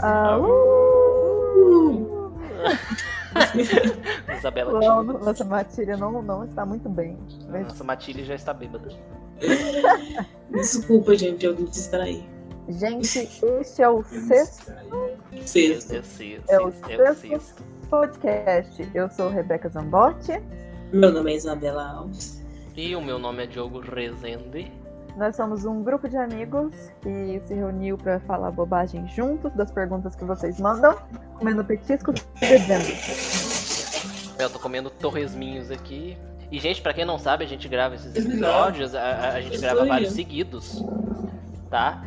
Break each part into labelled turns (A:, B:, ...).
A: Ah, uh, uh.
B: Isabela
A: Não, tipo, nossa Matilha não, não está muito bem.
B: Mas... Nossa Matilha já está bêbada.
C: Desculpa, gente, eu me distraí.
A: Gente, este é o sexto.
C: Sexto.
B: É o sexto.
A: É o
B: é o
A: sexto podcast. Eu sou Rebeca Zambotti.
C: Meu nome é Isabela Alves.
B: E o meu nome é Diogo Rezende.
A: Nós somos um grupo de amigos que se reuniu para falar bobagem juntos das perguntas que vocês mandam, comendo petiscos e bebendo.
B: Eu tô comendo torresminhos aqui. E, gente, para quem não sabe, a gente grava esses episódios, a, a- a gente grava vários seguidos, tá?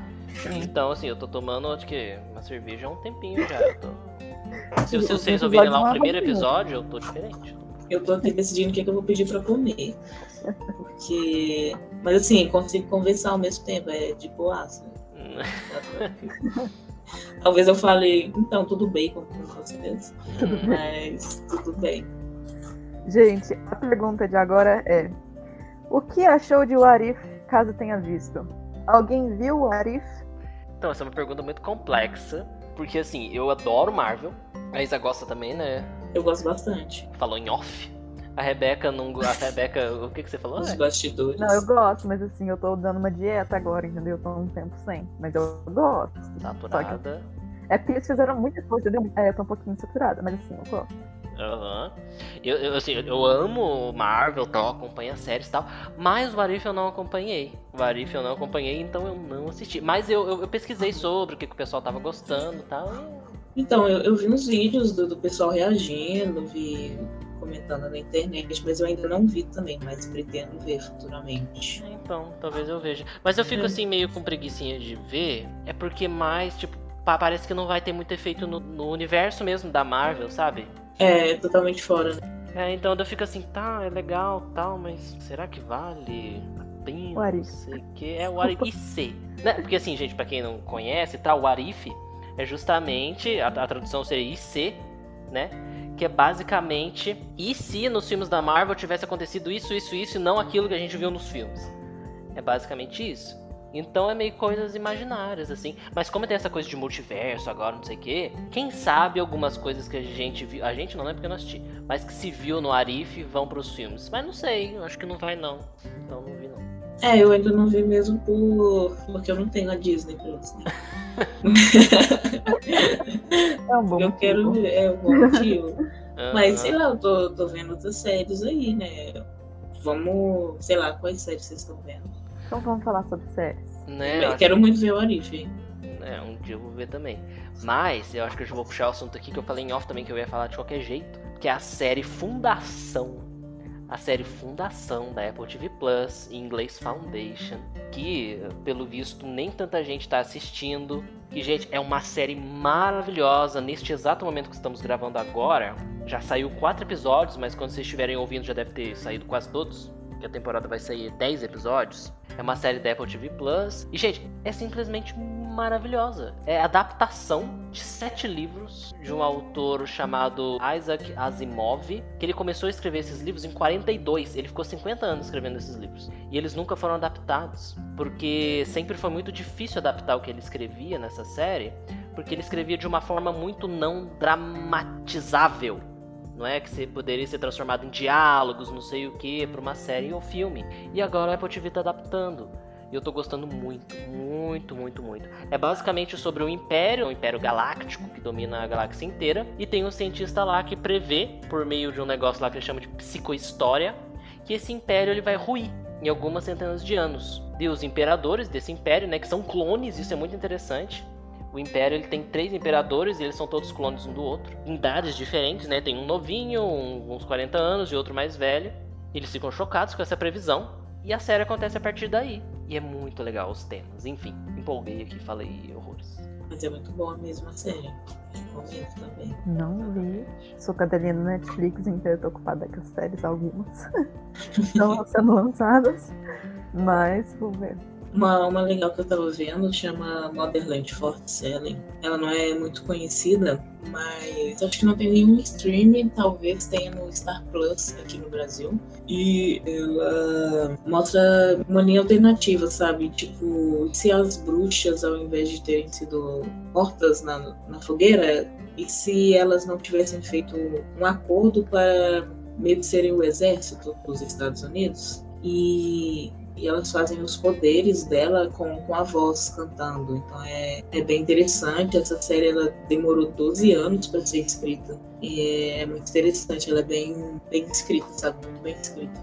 B: Então, assim, eu tô tomando, acho que, uma cerveja há um tempinho já. eu tô- Se, se vocês ouvirem lá o primeiro episódio, eu tô diferente.
C: Eu tô aqui decidindo o que, é que eu vou pedir pra comer. Porque. Mas assim, consigo conversar ao mesmo tempo, é de boas. Talvez eu fale, então, tudo bem com com vocês. Mas tudo bem.
A: Gente, a pergunta de agora é: O que achou de Warif caso tenha visto? Alguém viu o Arif?
B: Então, essa é uma pergunta muito complexa, porque assim, eu adoro Marvel, a Isa gosta também, né?
C: Eu gosto bastante
B: Falou em off. A Rebeca não. go- A Rebeca. O que, que você falou?
C: dos
B: né?
C: bastidores.
A: Não, eu gosto, mas assim, eu tô dando uma dieta agora, entendeu? Eu tô um tempo sem, mas eu gosto.
B: tá
A: Só
B: Saturada.
A: que- É porque eles fizeram muita coisa, entendeu? É, eu tô um pouquinho saturada, mas assim, eu gosto.
B: Aham. Eu, eu, assim, eu amo Marvel, tal, acompanho as séries e tal. Mas o Arif eu não acompanhei. O Arif eu não acompanhei, então eu não assisti. Mas eu, eu, eu pesquisei sobre o que, que o pessoal tava gostando e tal.
C: Então, eu, eu vi uns vídeos do, do pessoal reagindo, vi comentando na internet, mas eu ainda não vi também, mas pretendo ver futuramente.
B: Então, talvez eu veja. Mas eu fico assim meio com preguiçinha de ver. É porque mais, tipo, pa- parece que não vai ter muito efeito no, no universo mesmo da Marvel, sabe?
C: É, totalmente fora, né?
B: É, então eu fico assim, tá, é legal, tal, mas será que vale a pena?
A: What
B: Não
A: if?
B: sei o que. É o Arif né? Porque assim, gente, pra quem não conhece, tá, o Arif é justamente, a, a tradução seria IC, né? Que é basicamente, e se nos filmes da Marvel tivesse acontecido isso, isso, isso, e não aquilo que a gente viu nos filmes. É basicamente isso. Então é meio coisas imaginárias, assim. Mas como tem essa coisa de multiverso agora, não sei o quê, quem sabe algumas coisas que a gente viu. A gente não, né? Porque eu não assisti. Mas que se viu no Arif vão pros filmes. Mas não sei, eu acho que não vai não. Então não vi não.
C: É, eu ainda não vi mesmo por... porque eu não tenho a Disney Plus, né?
A: É um bom.
C: eu quero
A: motivo.
C: ver, é um bom motivo.
B: Ah,
C: mas, sei lá, eu tô, tô vendo outras séries aí, né? Vamos, sei lá, quais séries vocês estão vendo?
A: Então vamos falar sobre séries.
B: Né, eu
C: Eu
B: acho-
C: quero muito ver o Arif, hein?
B: é, um dia eu vou ver também. Mas eu acho que eu já vou puxar o assunto aqui que eu falei em off também que eu ia falar de qualquer jeito. Que é a série Fundação. A série Fundação da Apple TV Plus, em inglês Foundation. Que, pelo visto, nem tanta gente tá assistindo. Que, gente, é uma série maravilhosa. Neste exato momento que estamos gravando agora, já saiu quatro episódios, mas quando vocês estiverem ouvindo já deve ter saído quase todos. Que a temporada vai sair 10 episódios. É uma série da Apple TV Plus. E, gente, é simplesmente maravilhosa. É adaptação de sete livros de um autor chamado Isaac Asimov, que ele começou a escrever esses livros em 42. Ele ficou 50 anos escrevendo esses livros. E eles nunca foram adaptados, porque sempre foi muito difícil adaptar o que ele escrevia nessa série, porque ele escrevia de uma forma muito não dramatizável. Não é que você poderia ser transformado em diálogos, não sei o que, para uma série ou filme. E agora a Apple TV tá adaptando. E eu tô gostando muito, muito, muito, muito. É basicamente sobre um império, um império galáctico que domina a galáxia inteira. E tem um cientista lá que prevê, por meio de um negócio lá que ele chama de psicohistória, que esse império ele vai ruir em algumas centenas de anos. E os imperadores desse império, né, que são clones, isso é muito interessante. O império ele tem três imperadores e eles são todos clones um do outro, em idades diferentes, né? Tem um novinho, um, uns 40 anos e outro mais velho. Eles ficam chocados com essa previsão e a série acontece a partir daí. E é muito legal os temas, enfim. Empolguei aqui, falei horrores.
C: Mas é muito boa mesmo a série. Recomendo também.
A: Não vi. Sou cadelinha do Netflix, então eu tô ocupada com as séries algumas. Estão sendo lançadas. Mas vou ver.
C: Uma, uma legal que eu tava vendo chama Motherland Fort Selling. Ela não é muito conhecida, mas acho que não tem nenhum streaming, talvez tenha no Star Plus aqui no Brasil. E ela mostra uma linha alternativa, sabe? Tipo, se as bruxas, ao invés de terem sido mortas na, na fogueira, e se elas não tivessem feito um acordo para meio que serem o exército dos Estados Unidos? E e elas fazem os poderes dela com, com a voz cantando. Então é, é bem interessante. Essa série ela demorou 12 anos para ser escrita. E é muito interessante, ela é bem, bem escrita, sabe? Muito bem escrita.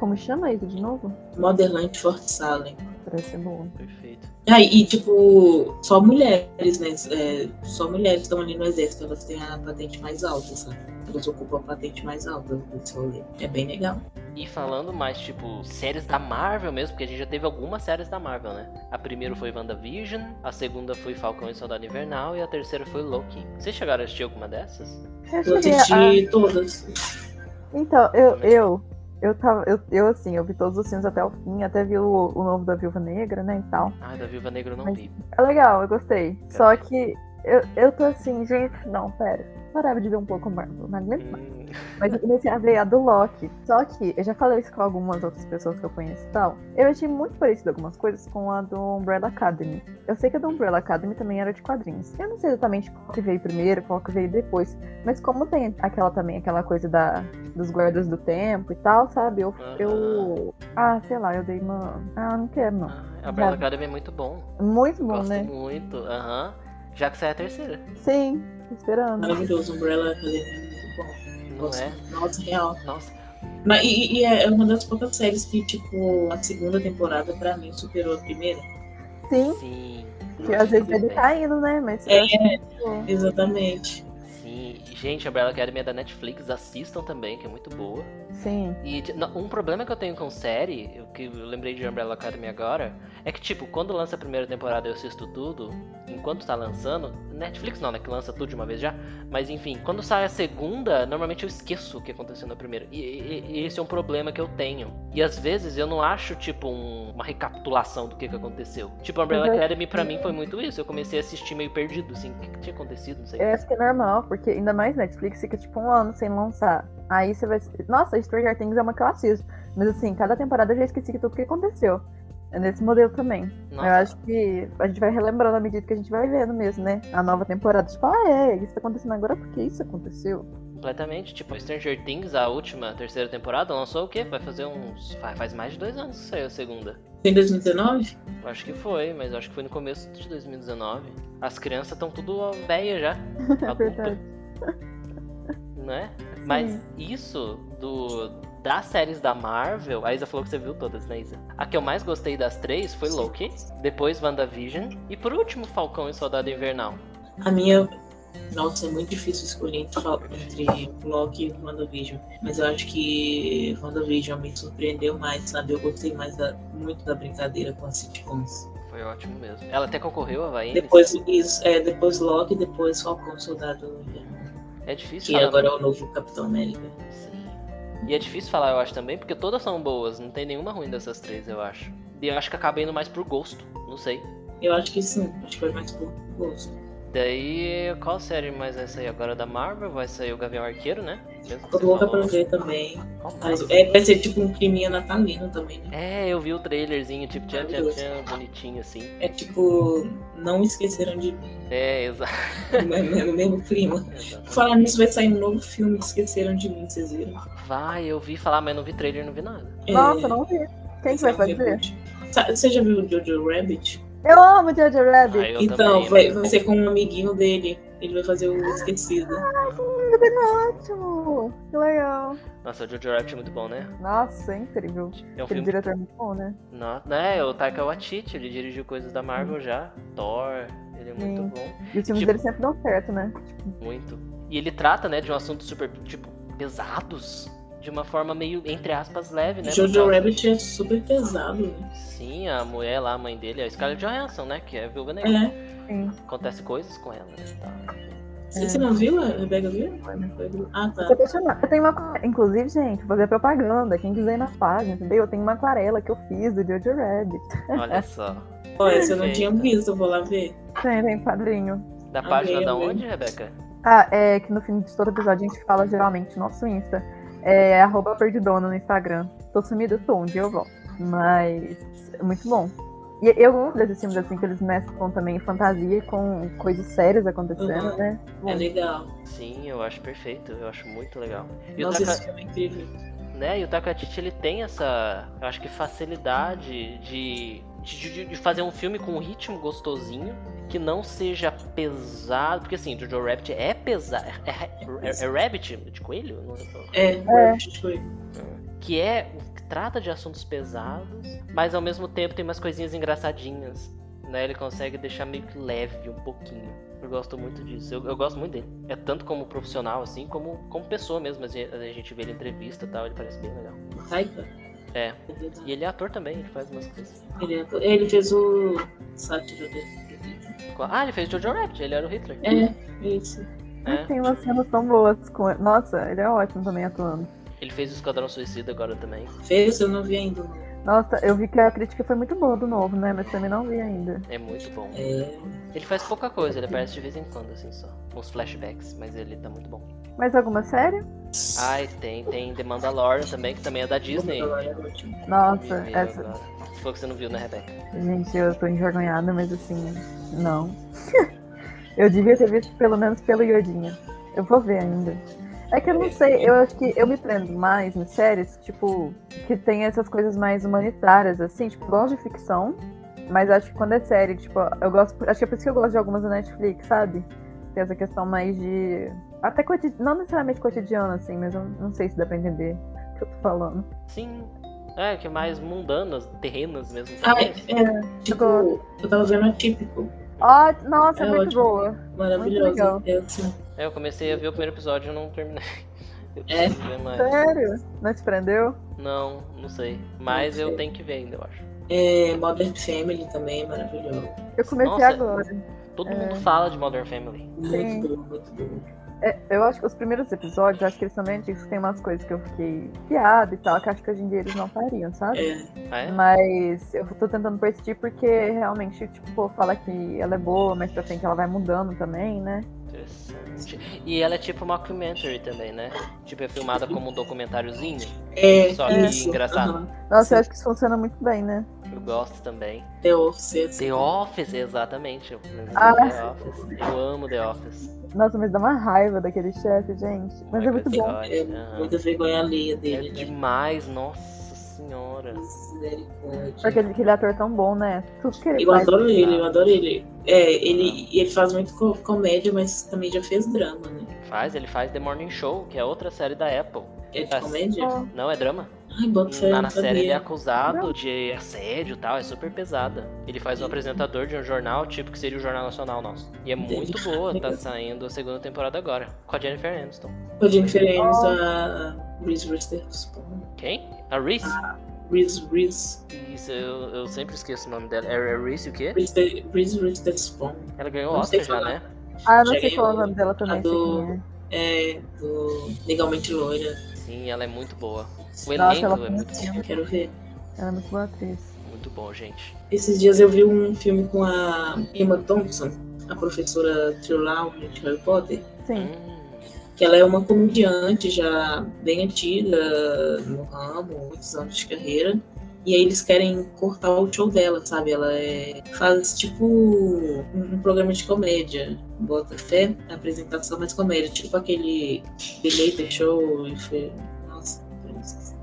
A: Como chama isso de novo?
C: Motherland Fort Salem.
A: Parece bom.
B: Perfeito.
C: Ah, e tipo, só mulheres, né? É, só mulheres estão ali no exército, elas têm a patente mais alta, sabe? Elas ocupam a patente mais alta desse rolê. É bem legal.
B: E falando mais, tipo, séries da Marvel mesmo, porque a gente já teve algumas séries da Marvel, né? A primeira foi WandaVision, a segunda foi Falcão e Soldado Invernal e a terceira foi Loki. Vocês chegaram a assistir alguma dessas?
C: Eu
A: cheguei
C: assisti
A: a-
C: todas.
A: ah, Então, eu, eu, eu tava. Eu, eu, assim, eu vi todos os filmes até o fim, até vi o, o novo da Viúva Negra, né? E tal.
B: Ah, da Viúva Negra eu não
A: Mas-
B: vi.
A: É legal, eu gostei.
B: É.
A: Só que eu, eu tô assim, gente, não, pera. Parava de ver um pouco Marvel, não aguento mais.
B: Hum,
A: Mas eu comecei a ver a do Loki. Só que, eu já falei isso com algumas outras pessoas que eu conheço e tal. Eu achei muito parecido algumas coisas com a do Umbrella Academy. Eu sei que a do Umbrella Academy também era de quadrinhos. Eu não sei exatamente qual que veio primeiro, qual que veio depois. Mas como tem aquela também, aquela coisa da, dos guardas do tempo e tal, sabe? Eu. eu ah, sei lá, eu dei uma. Ah, não quero não.
B: ah, a Umbrella
A: Já-
B: Academy é muito bom.
A: Muito bom,
B: Gosto
A: né?
B: muito. Aham. Já que sai a terceira,
A: Sim, tô esperando.
C: Maravilhoso, Umbrella Academy é muito bom.
B: não
C: Nossa,
B: é?
C: nossa, real.
B: Nossa.
C: Mas, e, e é uma das poucas séries que, tipo, a segunda temporada, pra mim, superou a primeira.
A: Sim,
B: Sim.
A: que às vezes ele
B: Tudo
A: tá indo, né? Mas
C: É.
A: eu acho que- tipo,
C: Exatamente.
B: Sim, gente, a Umbrella Academy é da Netflix, assistam também, que é muito boa.
A: Sim.
B: E t- não, um problema que eu tenho com série, eu- que eu lembrei de Umbrella Academy agora, é que, tipo, quando lança a primeira temporada eu assisto tudo, enquanto tá lançando, Netflix não, né, que lança tudo de uma vez já, mas enfim, quando sai a segunda, normalmente eu esqueço o que aconteceu na primeira. E, e- e esse é um problema que eu tenho. E às vezes eu não acho, tipo, um- uma recapitulação do que, que aconteceu. Tipo, a Umbrella
A: Mas eu-
B: Academy pra mim foi muito isso, eu comecei a assistir meio perdido, assim, o que, que tinha acontecido, não sei.
A: Eu acho que é normal, porque ainda mais Netflix fica tipo um ano sem lançar. Aí você vai. Nossa, Stranger Things é uma que eu assisto. Mas assim, cada temporada eu já esqueci que tudo que aconteceu. É nesse modelo também.
B: Nossa.
A: Eu acho que a gente vai relembrando à medida que a gente vai vendo mesmo, né? A nova temporada. Tipo, ah, é, isso tá acontecendo agora porque isso aconteceu.
B: Completamente. Tipo, Stranger Things, a última, a terceira temporada, lançou o quê? Vai fazer uns. fa- Faz mais de dois anos que saiu a segunda.
C: Em 2019?
B: Eu Acho que foi, mas eu acho que foi no começo de 2019. As crianças estão tudo velhas já. Tá
A: É
B: adulta,
A: verdade.
B: né? Mas isso do. Das séries da Marvel, a Isa falou que você viu todas, né, Isa? A que eu mais gostei das três foi Loki, depois WandaVision e por último Falcão e Soldado Invernal.
C: A minha. Nossa, é muito difícil escolher entre, Fal- entre Loki e WandaVision. Mas eu acho que WandaVision me surpreendeu mais, sabe? Eu gostei mais da- muito da brincadeira com as sitcoms.
B: Foi ótimo mesmo. Ela até concorreu a Vaines.
C: Depois, isso, é, depois Loki, depois Falcão Soldado.
B: É difícil
C: Que
B: falar
C: agora é o novo Capitão América.
B: Sim. E é difícil falar, eu acho, também, porque todas são boas, não tem nenhuma ruim dessas três, eu acho. E eu acho que acaba indo mais por gosto, não sei.
C: Eu acho que sim, acho que foi mais por gosto.
B: Daí, qual série mais vai sair agora da Marvel? Vai sair o Gavião Arqueiro, né? Mesmo que
C: Tô
B: você
C: louca pra
B: falou.
C: ver também.
B: Qual mais?
C: Mas é, vai ser tipo um criminha natalino também, né?
B: É, eu vi o trailerzinho, tipo, tchan, tchan, tchan, bonitinho assim.
C: É tipo, não esqueceram de mim,
B: É, exa-
C: mas é no mesmo clima.
B: exato.
C: Falar nisso, vai sair um novo filme, Esqueceram de Mim, vocês viram?
B: Vai, eu vi falar, mas não vi trailer, não vi nada.
A: Nossa, não vi. Quem
B: é um
A: que vai fazer?
C: fazer? Você já viu o Jojo Rabbit?
A: Eu amo Jojo
B: Ah,
A: Rabbit.
B: eu
C: então,
B: também,
C: vai,
B: mas-
C: vai ser com um amiguinho dele. Ele vai fazer o Esquecido.
A: Ótimo. Que legal.
B: Nossa, o Jojo Rabbit é muito bom, né?
A: Nossa, é incrível.
B: É um
A: Aquele
B: filme
A: diretor é muito bom, né?
B: Não, né, o Taika Waititi, ele dirigiu coisas da
C: Hum.
B: Marvel já. Thor, ele é muito
A: Sim.
B: bom.
A: E os filmes
B: Tipo-
A: dele sempre dão certo, né?
B: Muito. E ele trata, né, de um assunto super, tipo, pesados. De uma forma meio, entre aspas, leve, né? por
C: Jojo
B: causa-
C: Rabbit é super pesado, né?
B: Sim, a mulher lá, a né, mãe dele, é a Scarlett Johansson, né? Que é a viúva negra.
C: Uhum. É.
A: Sim.
B: Acontece coisas com ela, né? e tal.
C: Você
A: É.
C: você não viu? A Rebeca viu?
A: Olha.
C: Ah, tá.
A: Você questionar. Eu tenho uma. Inclusive, gente, vou fazer propaganda. Quem quiser ir na página, entendeu? Eu tenho uma aquarela que eu fiz do Jojo Rabbit.
B: Olha só.
C: Olha, se eu não tinha
B: Perfeito.
C: visto, eu vou lá ver.
A: Tem, tem quadrinho.
B: Da
C: Amei,
B: página da
C: amei.
B: onde, Rebeca?
A: Ah, é que no fim de todo episódio a gente fala geralmente no nosso Insta. É arroba perdidona no Instagram. Tô sumida, tô, um dia eu volto. Mas é muito bom. E eu gosto desses filmes assim que eles mesclam também fantasia com coisas sérias acontecendo,
C: Uhum.
A: né?
C: É legal.
B: Sim, eu acho perfeito, eu acho muito legal. E
C: Nossa,
B: o Taka,
C: esse filme é incrível.
B: né, e o Takatiti, ele tem essa, eu acho que facilidade de, de, de- de fazer um filme com um ritmo gostosinho, que não seja pesado, porque assim, Jojo Rabbit é pesado, é, é- é- é Rabbit, de coelho? Não lembro.
C: É,
A: É.
C: foi.
B: que é que trata de assuntos pesados, mas ao mesmo tempo tem umas coisinhas engraçadinhas, né? Ele consegue deixar meio que leve um pouquinho. Eu gosto muito disso. Eu, eu gosto muito dele. É tanto como profissional assim, como como pessoa mesmo. A gente, a gente vê ele em entrevista e tal, ele parece bem legal.
C: Taika?
B: É.
C: É verdade.
B: E ele é ator também, ele faz umas coisas.
C: Ele, é- ele fez o Sátiro dele.
B: Ah, ele fez Jojo Rabbit, ele era o Hitler. né?
C: É, isso.
B: É.
A: Tem umas cenas tão boas com ele. Nossa, ele é ótimo também atuando.
B: Ele fez o Esquadrão Suicida agora também.
C: Fez, eu não vi ainda. não.
A: Nossa, eu vi que a crítica foi muito boa do novo, né? Mas também não vi ainda.
B: É muito bom.
C: É,
B: Ele faz pouca coisa, ele aparece de vez em quando, assim, só. Uns flashbacks, mas ele tá muito bom.
A: Mas alguma série?
B: Ai, tem, tem The Mandalorian também, que também é da Ah, Disney.
C: Vou falar, é o último.
A: Nossa,
B: Viu
A: essa.
B: agora. Você falou que você não viu, né, Rebeca?
A: Gente, eu tô envergonhada, mas assim, não. eu devia ter visto pelo menos pelo Iodinha. Eu vou ver ainda. É que eu não sei, eu acho que eu me prendo mais em séries, tipo, que tem essas coisas mais humanitárias, assim, tipo, eu gosto de ficção, mas acho que quando é série, tipo, eu gosto. Acho que é por isso que eu gosto de algumas da Netflix, sabe? Tem essa questão mais de. Até quotid... não necessariamente cotidiana, assim, mas eu não sei se dá pra entender o que eu tô falando.
B: Sim. É, que mais mundanas, terrenas mesmo.
C: Ah, é,
B: também.
C: é, tipo, eu tava vendo Atípico.
A: Ó, nossa,
C: É
A: muito
C: ótimo.
A: boa. Muito
C: Maravilhoso.
A: legal.
C: É, assim,
B: É, eu comecei a ver o primeiro episódio e não terminei. Eu
C: É.
B: preciso ver mais.
A: Sério? Não te prendeu?
B: Não, não sei. Mas
C: Não sei.
B: eu tenho que ver ainda, eu acho.
C: é, Modern Family também é maravilhoso.
A: Eu comecei
B: Nossa.
A: agora.
B: Todo
A: É.
B: mundo fala de Modern Family.
A: Sim.
C: Muito bom, muito bom.
A: É, eu acho que os primeiros episódios, acho que eles também antigos, tem umas coisas que eu fiquei piada e tal, que acho que hoje em dia eles não fariam, sabe?
C: É,
B: Ah, é?
A: Mas eu tô tentando persistir porque realmente, tipo, fala que ela é boa, mas pra frente ela vai mudando também, né?
B: Interessante. E ela é tipo uma documentary também, né? Tipo, é filmada como um documentáriozinho.
C: é
B: Só que
C: isso.
B: engraçado.
C: aham.
A: Nossa,
C: Sim.
A: eu acho que isso funciona muito bem, né?
B: Eu gosto também.
C: The Office.
B: The Office, exatamente. Eu,
A: Ah.
B: The Office. eu amo The Office.
A: Nossa, mas dá uma raiva daquele chefe, gente. Mas é muito bom.
B: Episódio,
C: É
B: aham.
C: muita vergonha alheia
B: É
C: dele, né?
B: demais, nossa senhora.
C: Misericórdia.
A: Porque aquele ator tão bom, né? Tudo que ele
C: Eu
A: faz.
C: adoro ele,
B: Ah.
C: eu adoro ele. É, ele, ele faz muito co- comédia, mas também já fez drama, né?
B: Faz, ele faz The Morning Show, que é outra série da Apple.
C: É de
B: Ah,
C: comédia?
A: Ah,
B: Não, é drama?
C: Ai, bota fé, eu
B: Na,
C: não
B: na série ele é
C: sabia.
B: acusado
A: Não.
B: de assédio e tal, é super pesada. Ele faz um apresentador de um jornal, tipo que seria o Jornal Nacional nosso. E é
C: Entendi.
B: muito boa, tá
C: Legal.
B: saindo a segunda temporada agora, com a Jennifer Aniston.
C: Foi diferente a Reese Witherspoon.
B: Quem? A Reese?
C: Reese, Reese,
B: Isso, eu, eu sempre esqueço o nome dela. É, é Reese o quê?
C: Reese, Reese Witherspoon.
B: Ela ganhou
C: Não sei
B: Oscar já,
C: falar.
B: né?
A: Ah, não sei
C: Cheguei
A: qual é o
C: no-
A: nome dela também.
C: a
A: sei
C: do-
A: quem é.
C: É, do Legalmente Loira.
B: Sim, ela é muito boa. O
A: Nossa,
B: elenco
A: ela
B: é muito bom.
C: Quero ver.
A: Ela é muito boa atriz.
B: Muito bom, gente.
C: Esses dias eu vi um filme com a Emma Thompson, a professora Trelawney de Harry Potter.
A: Sim.
B: Hum.
C: que ela é uma comediante já bem antiga no ramo, muitos anos de carreira. E aí eles querem cortar o show dela, sabe? Ela é- faz tipo um um programa de comédia. Bota fé, apresentação mais comédia, tipo aquele The Later Show, enfim. Nossa, eu esqueci.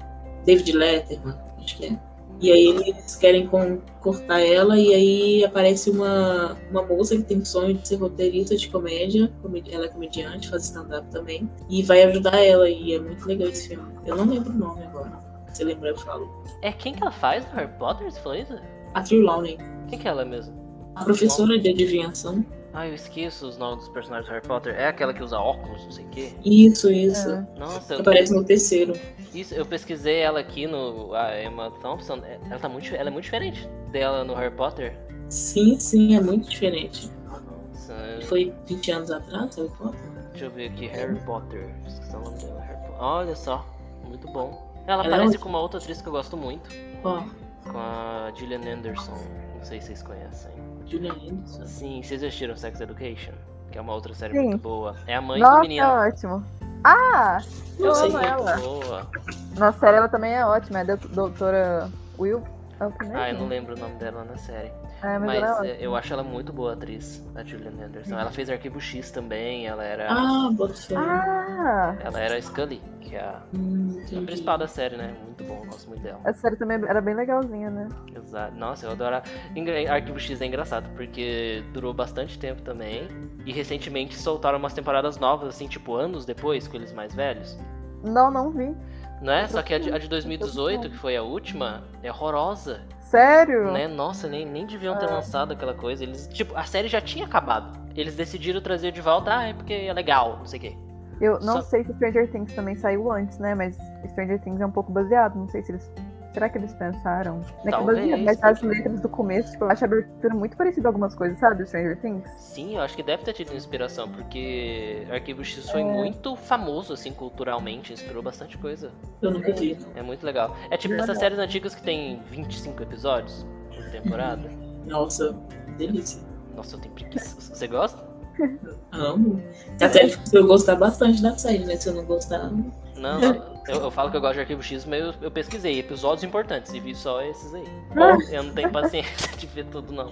C: David Letterman, acho que é. E aí eles querem com- cortar ela e aí aparece uma, uma moça que tem um sonho de ser roteirista de comédia, come- ela é comediante, faz stand-up também, e vai ajudar ela, e é muito legal esse filme. Eu não lembro o nome agora. Se lembrar, eu falo.
B: É quem que ela faz no Harry Potter? Você falou isso?
C: A True Lowney,
B: Quem que é ela mesmo?
C: a professora de adivinhação.
B: Ah, eu esqueço os nomes dos personagens do Harry Potter. É aquela que usa óculos, não sei o quê.
C: Isso, isso.
A: É.
B: Nossa, eu,
C: Aparece no terceiro.
B: isso, eu pesquisei ela aqui no a Emma Thompson. É- Ela, tá muito, ela é muito diferente dela no Harry Potter.
C: Sim, sim, é muito diferente.
B: Nossa, eu
C: foi 20 anos atrás, sabe quanto?
B: Deixa eu ver aqui, Harry Potter. Esqueci o nome dela, Harry Potter. Olha só, muito bom. Ela,
C: Ela é
B: parece
A: um-
C: ótima.
B: com uma outra atriz que eu gosto muito,
C: Ó,
B: com a Gillian Anderson. Não sei se vocês conhecem.
C: Julia Anderson.
B: Sim, vocês assistiram Sex Education? Que é uma outra série
A: Sim.
B: muito boa. É a mãe do
A: Nossa,
B: menino.
A: ótimo. Ah!
C: Eu
A: Eu
C: sei
A: amo
C: que-
A: ela.
B: Muito boa.
A: Nossa série ela também é ótima, é da doutora Will. É o primeiro?
B: Ah, eu não lembro o nome dela na série.
A: É, mas,
B: Mas
A: ela é ótima.
B: é, eu acho ela muito boa atriz, a Gillian Anderson.
A: Hum.
B: Ela fez Arquivo X também, ela era.
C: Ah, bota fé.
A: Ah!
B: Ela era a Scully, que é a,
C: Hum,
B: a
C: entendi.
B: principal da série, né? Muito bom, eu gosto muito dela.
A: Essa série também era bem legalzinha, né?
B: Exato. Nossa, eu adoro. Engra- Arquivo X é engraçado, porque durou bastante tempo também. E recentemente soltaram umas temporadas novas, assim, tipo anos depois, com eles mais velhos.
A: Não, não vi.
B: Né? Só que a de, a de 2018, que foi a última, é horrorosa.
A: Sério?
B: Né? Nossa, nem, nem deviam ter
A: Ah.
B: lançado aquela coisa. Eles, tipo, a série já tinha acabado. Eles decidiram trazer de volta, ah, é porque é legal, não sei o quê.
A: Eu não
B: Só-
A: sei se Stranger Things também saiu antes, né? Mas Stranger Things é um pouco baseado. Não sei se eles. Será que eles pensaram? Não é que é
B: Talvez,
A: baseado, mas as
B: porque-
A: letras do começo, tipo, eu acho a abertura muito parecida a algumas coisas, sabe? do Stranger Things.
B: Sim, eu acho que deve ter tido inspiração, porque Arquivo X foi
A: É.
B: muito famoso, assim, culturalmente, inspirou bastante coisa.
C: Eu nunca vi. não.
B: É muito legal. É tipo
A: Legal.
B: essas séries antigas que tem 25 episódios por temporada.
C: Nossa, delícia.
B: Nossa, eu tenho preguiça. Você gosta?
C: Amo. Até
A: É.
C: se eu gostar bastante da série, né? Se eu não gostar,
B: Não, não. eu, eu falo que eu gosto de arquivo X, mas eu, eu pesquisei episódios importantes e vi só esses aí.
A: Ah.
B: Eu não tenho paciência de ver tudo, não.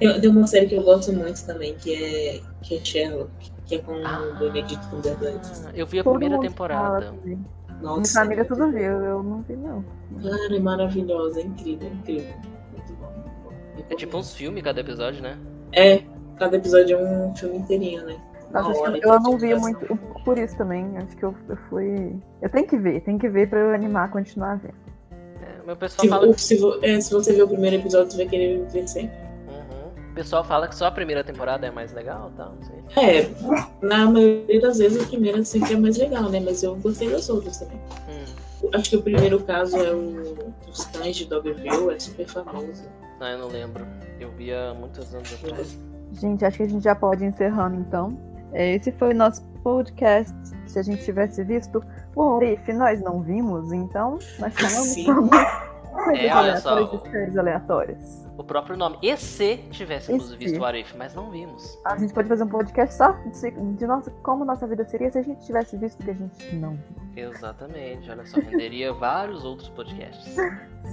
C: Tem, tem uma série que eu gosto muito também, que é, que é Sherlock, que é com
B: Ah.
C: o Benedict Cumberbatch.
B: Eu vi a
A: Todo
B: primeira
A: mundo fala assim.
B: temporada.
A: também. Minha
C: Nossa,
A: família tudo viu, eu não vi, não.
C: cara, é maravilhosa, é incrível, é incrível. Muito bom. muito bom.
B: É tipo uns filmes cada episódio, né?
C: É, cada episódio é um filme inteirinho, né?
A: Nossa,
C: Uma
A: acho que
C: hora
A: eu,
C: de
A: não vi
C: duração.
A: muito por isso também. Acho que eu, eu fui. Eu tenho que ver, tenho que ver pra eu animar a continuar vendo.
B: É, mas o pessoal
C: Se,
B: fala.
C: vo- se, vo- é, se você ver o primeiro episódio, você vai querer ver sempre.
B: Uhum. O pessoal fala que só a primeira temporada é mais legal, tá? Não sei.
C: É, na maioria das vezes, o primeiro sempre é mais legal, né? Mas eu gostei das outras também.
B: Hum.
C: Acho que o primeiro caso é o Os Cães de Dogville, é super famoso.
B: Não, Ah, eu não lembro. Eu via muitos anos atrás.
A: Gente, acho que a gente já pode ir encerrando então. É, Esse foi o nosso podcast. Se a gente tivesse visto o Orif, nós não vimos, então nós falamos
C: Sim.
A: sobre coisas
B: É, olha só.
A: aleatórias e séries aleatórias.
B: O próprio nome. E se tivéssemos
A: E se?
B: visto o Arif, mas não vimos.
A: A gente pode fazer um podcast só de, de nossa, como nossa vida seria se a gente tivesse visto o que a gente não viu.
B: Exatamente, olha só, renderia vários outros podcasts.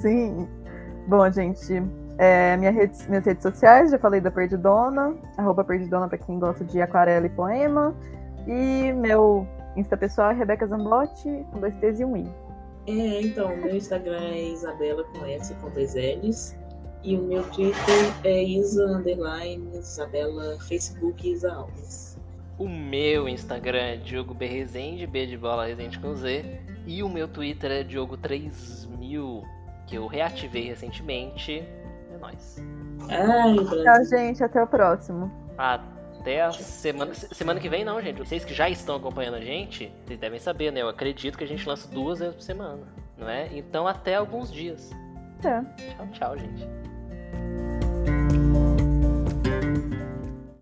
A: Sim. Bom, gente, é, minha rede- minhas redes sociais, já falei da Perdidona, arroba Perdidona pra quem gosta de aquarela e poema. E meu Insta pessoal é Rebeca Zambotti, com dois T's e um I.
C: É, então, meu Instagram é Isabela com S com dois L's. E o meu Twitter é Isa Underline, Isabela, Facebook Isa Alves.
B: O meu Instagram é Diogo B. Rezende, B de bola Rezende com Z. E o meu Twitter é Diogo3000, que eu reativei recentemente. É nóis.
C: Ai,
A: Tchau,
C: Brasil.
A: gente. Até o próximo.
B: Até a semana. se- Semana que vem não, gente. Vocês que já estão acompanhando a gente, vocês devem saber, né? Eu acredito que a gente lança duas vezes por semana, não é? Então até alguns dias.
A: Até.
B: Tchau, tchau, gente.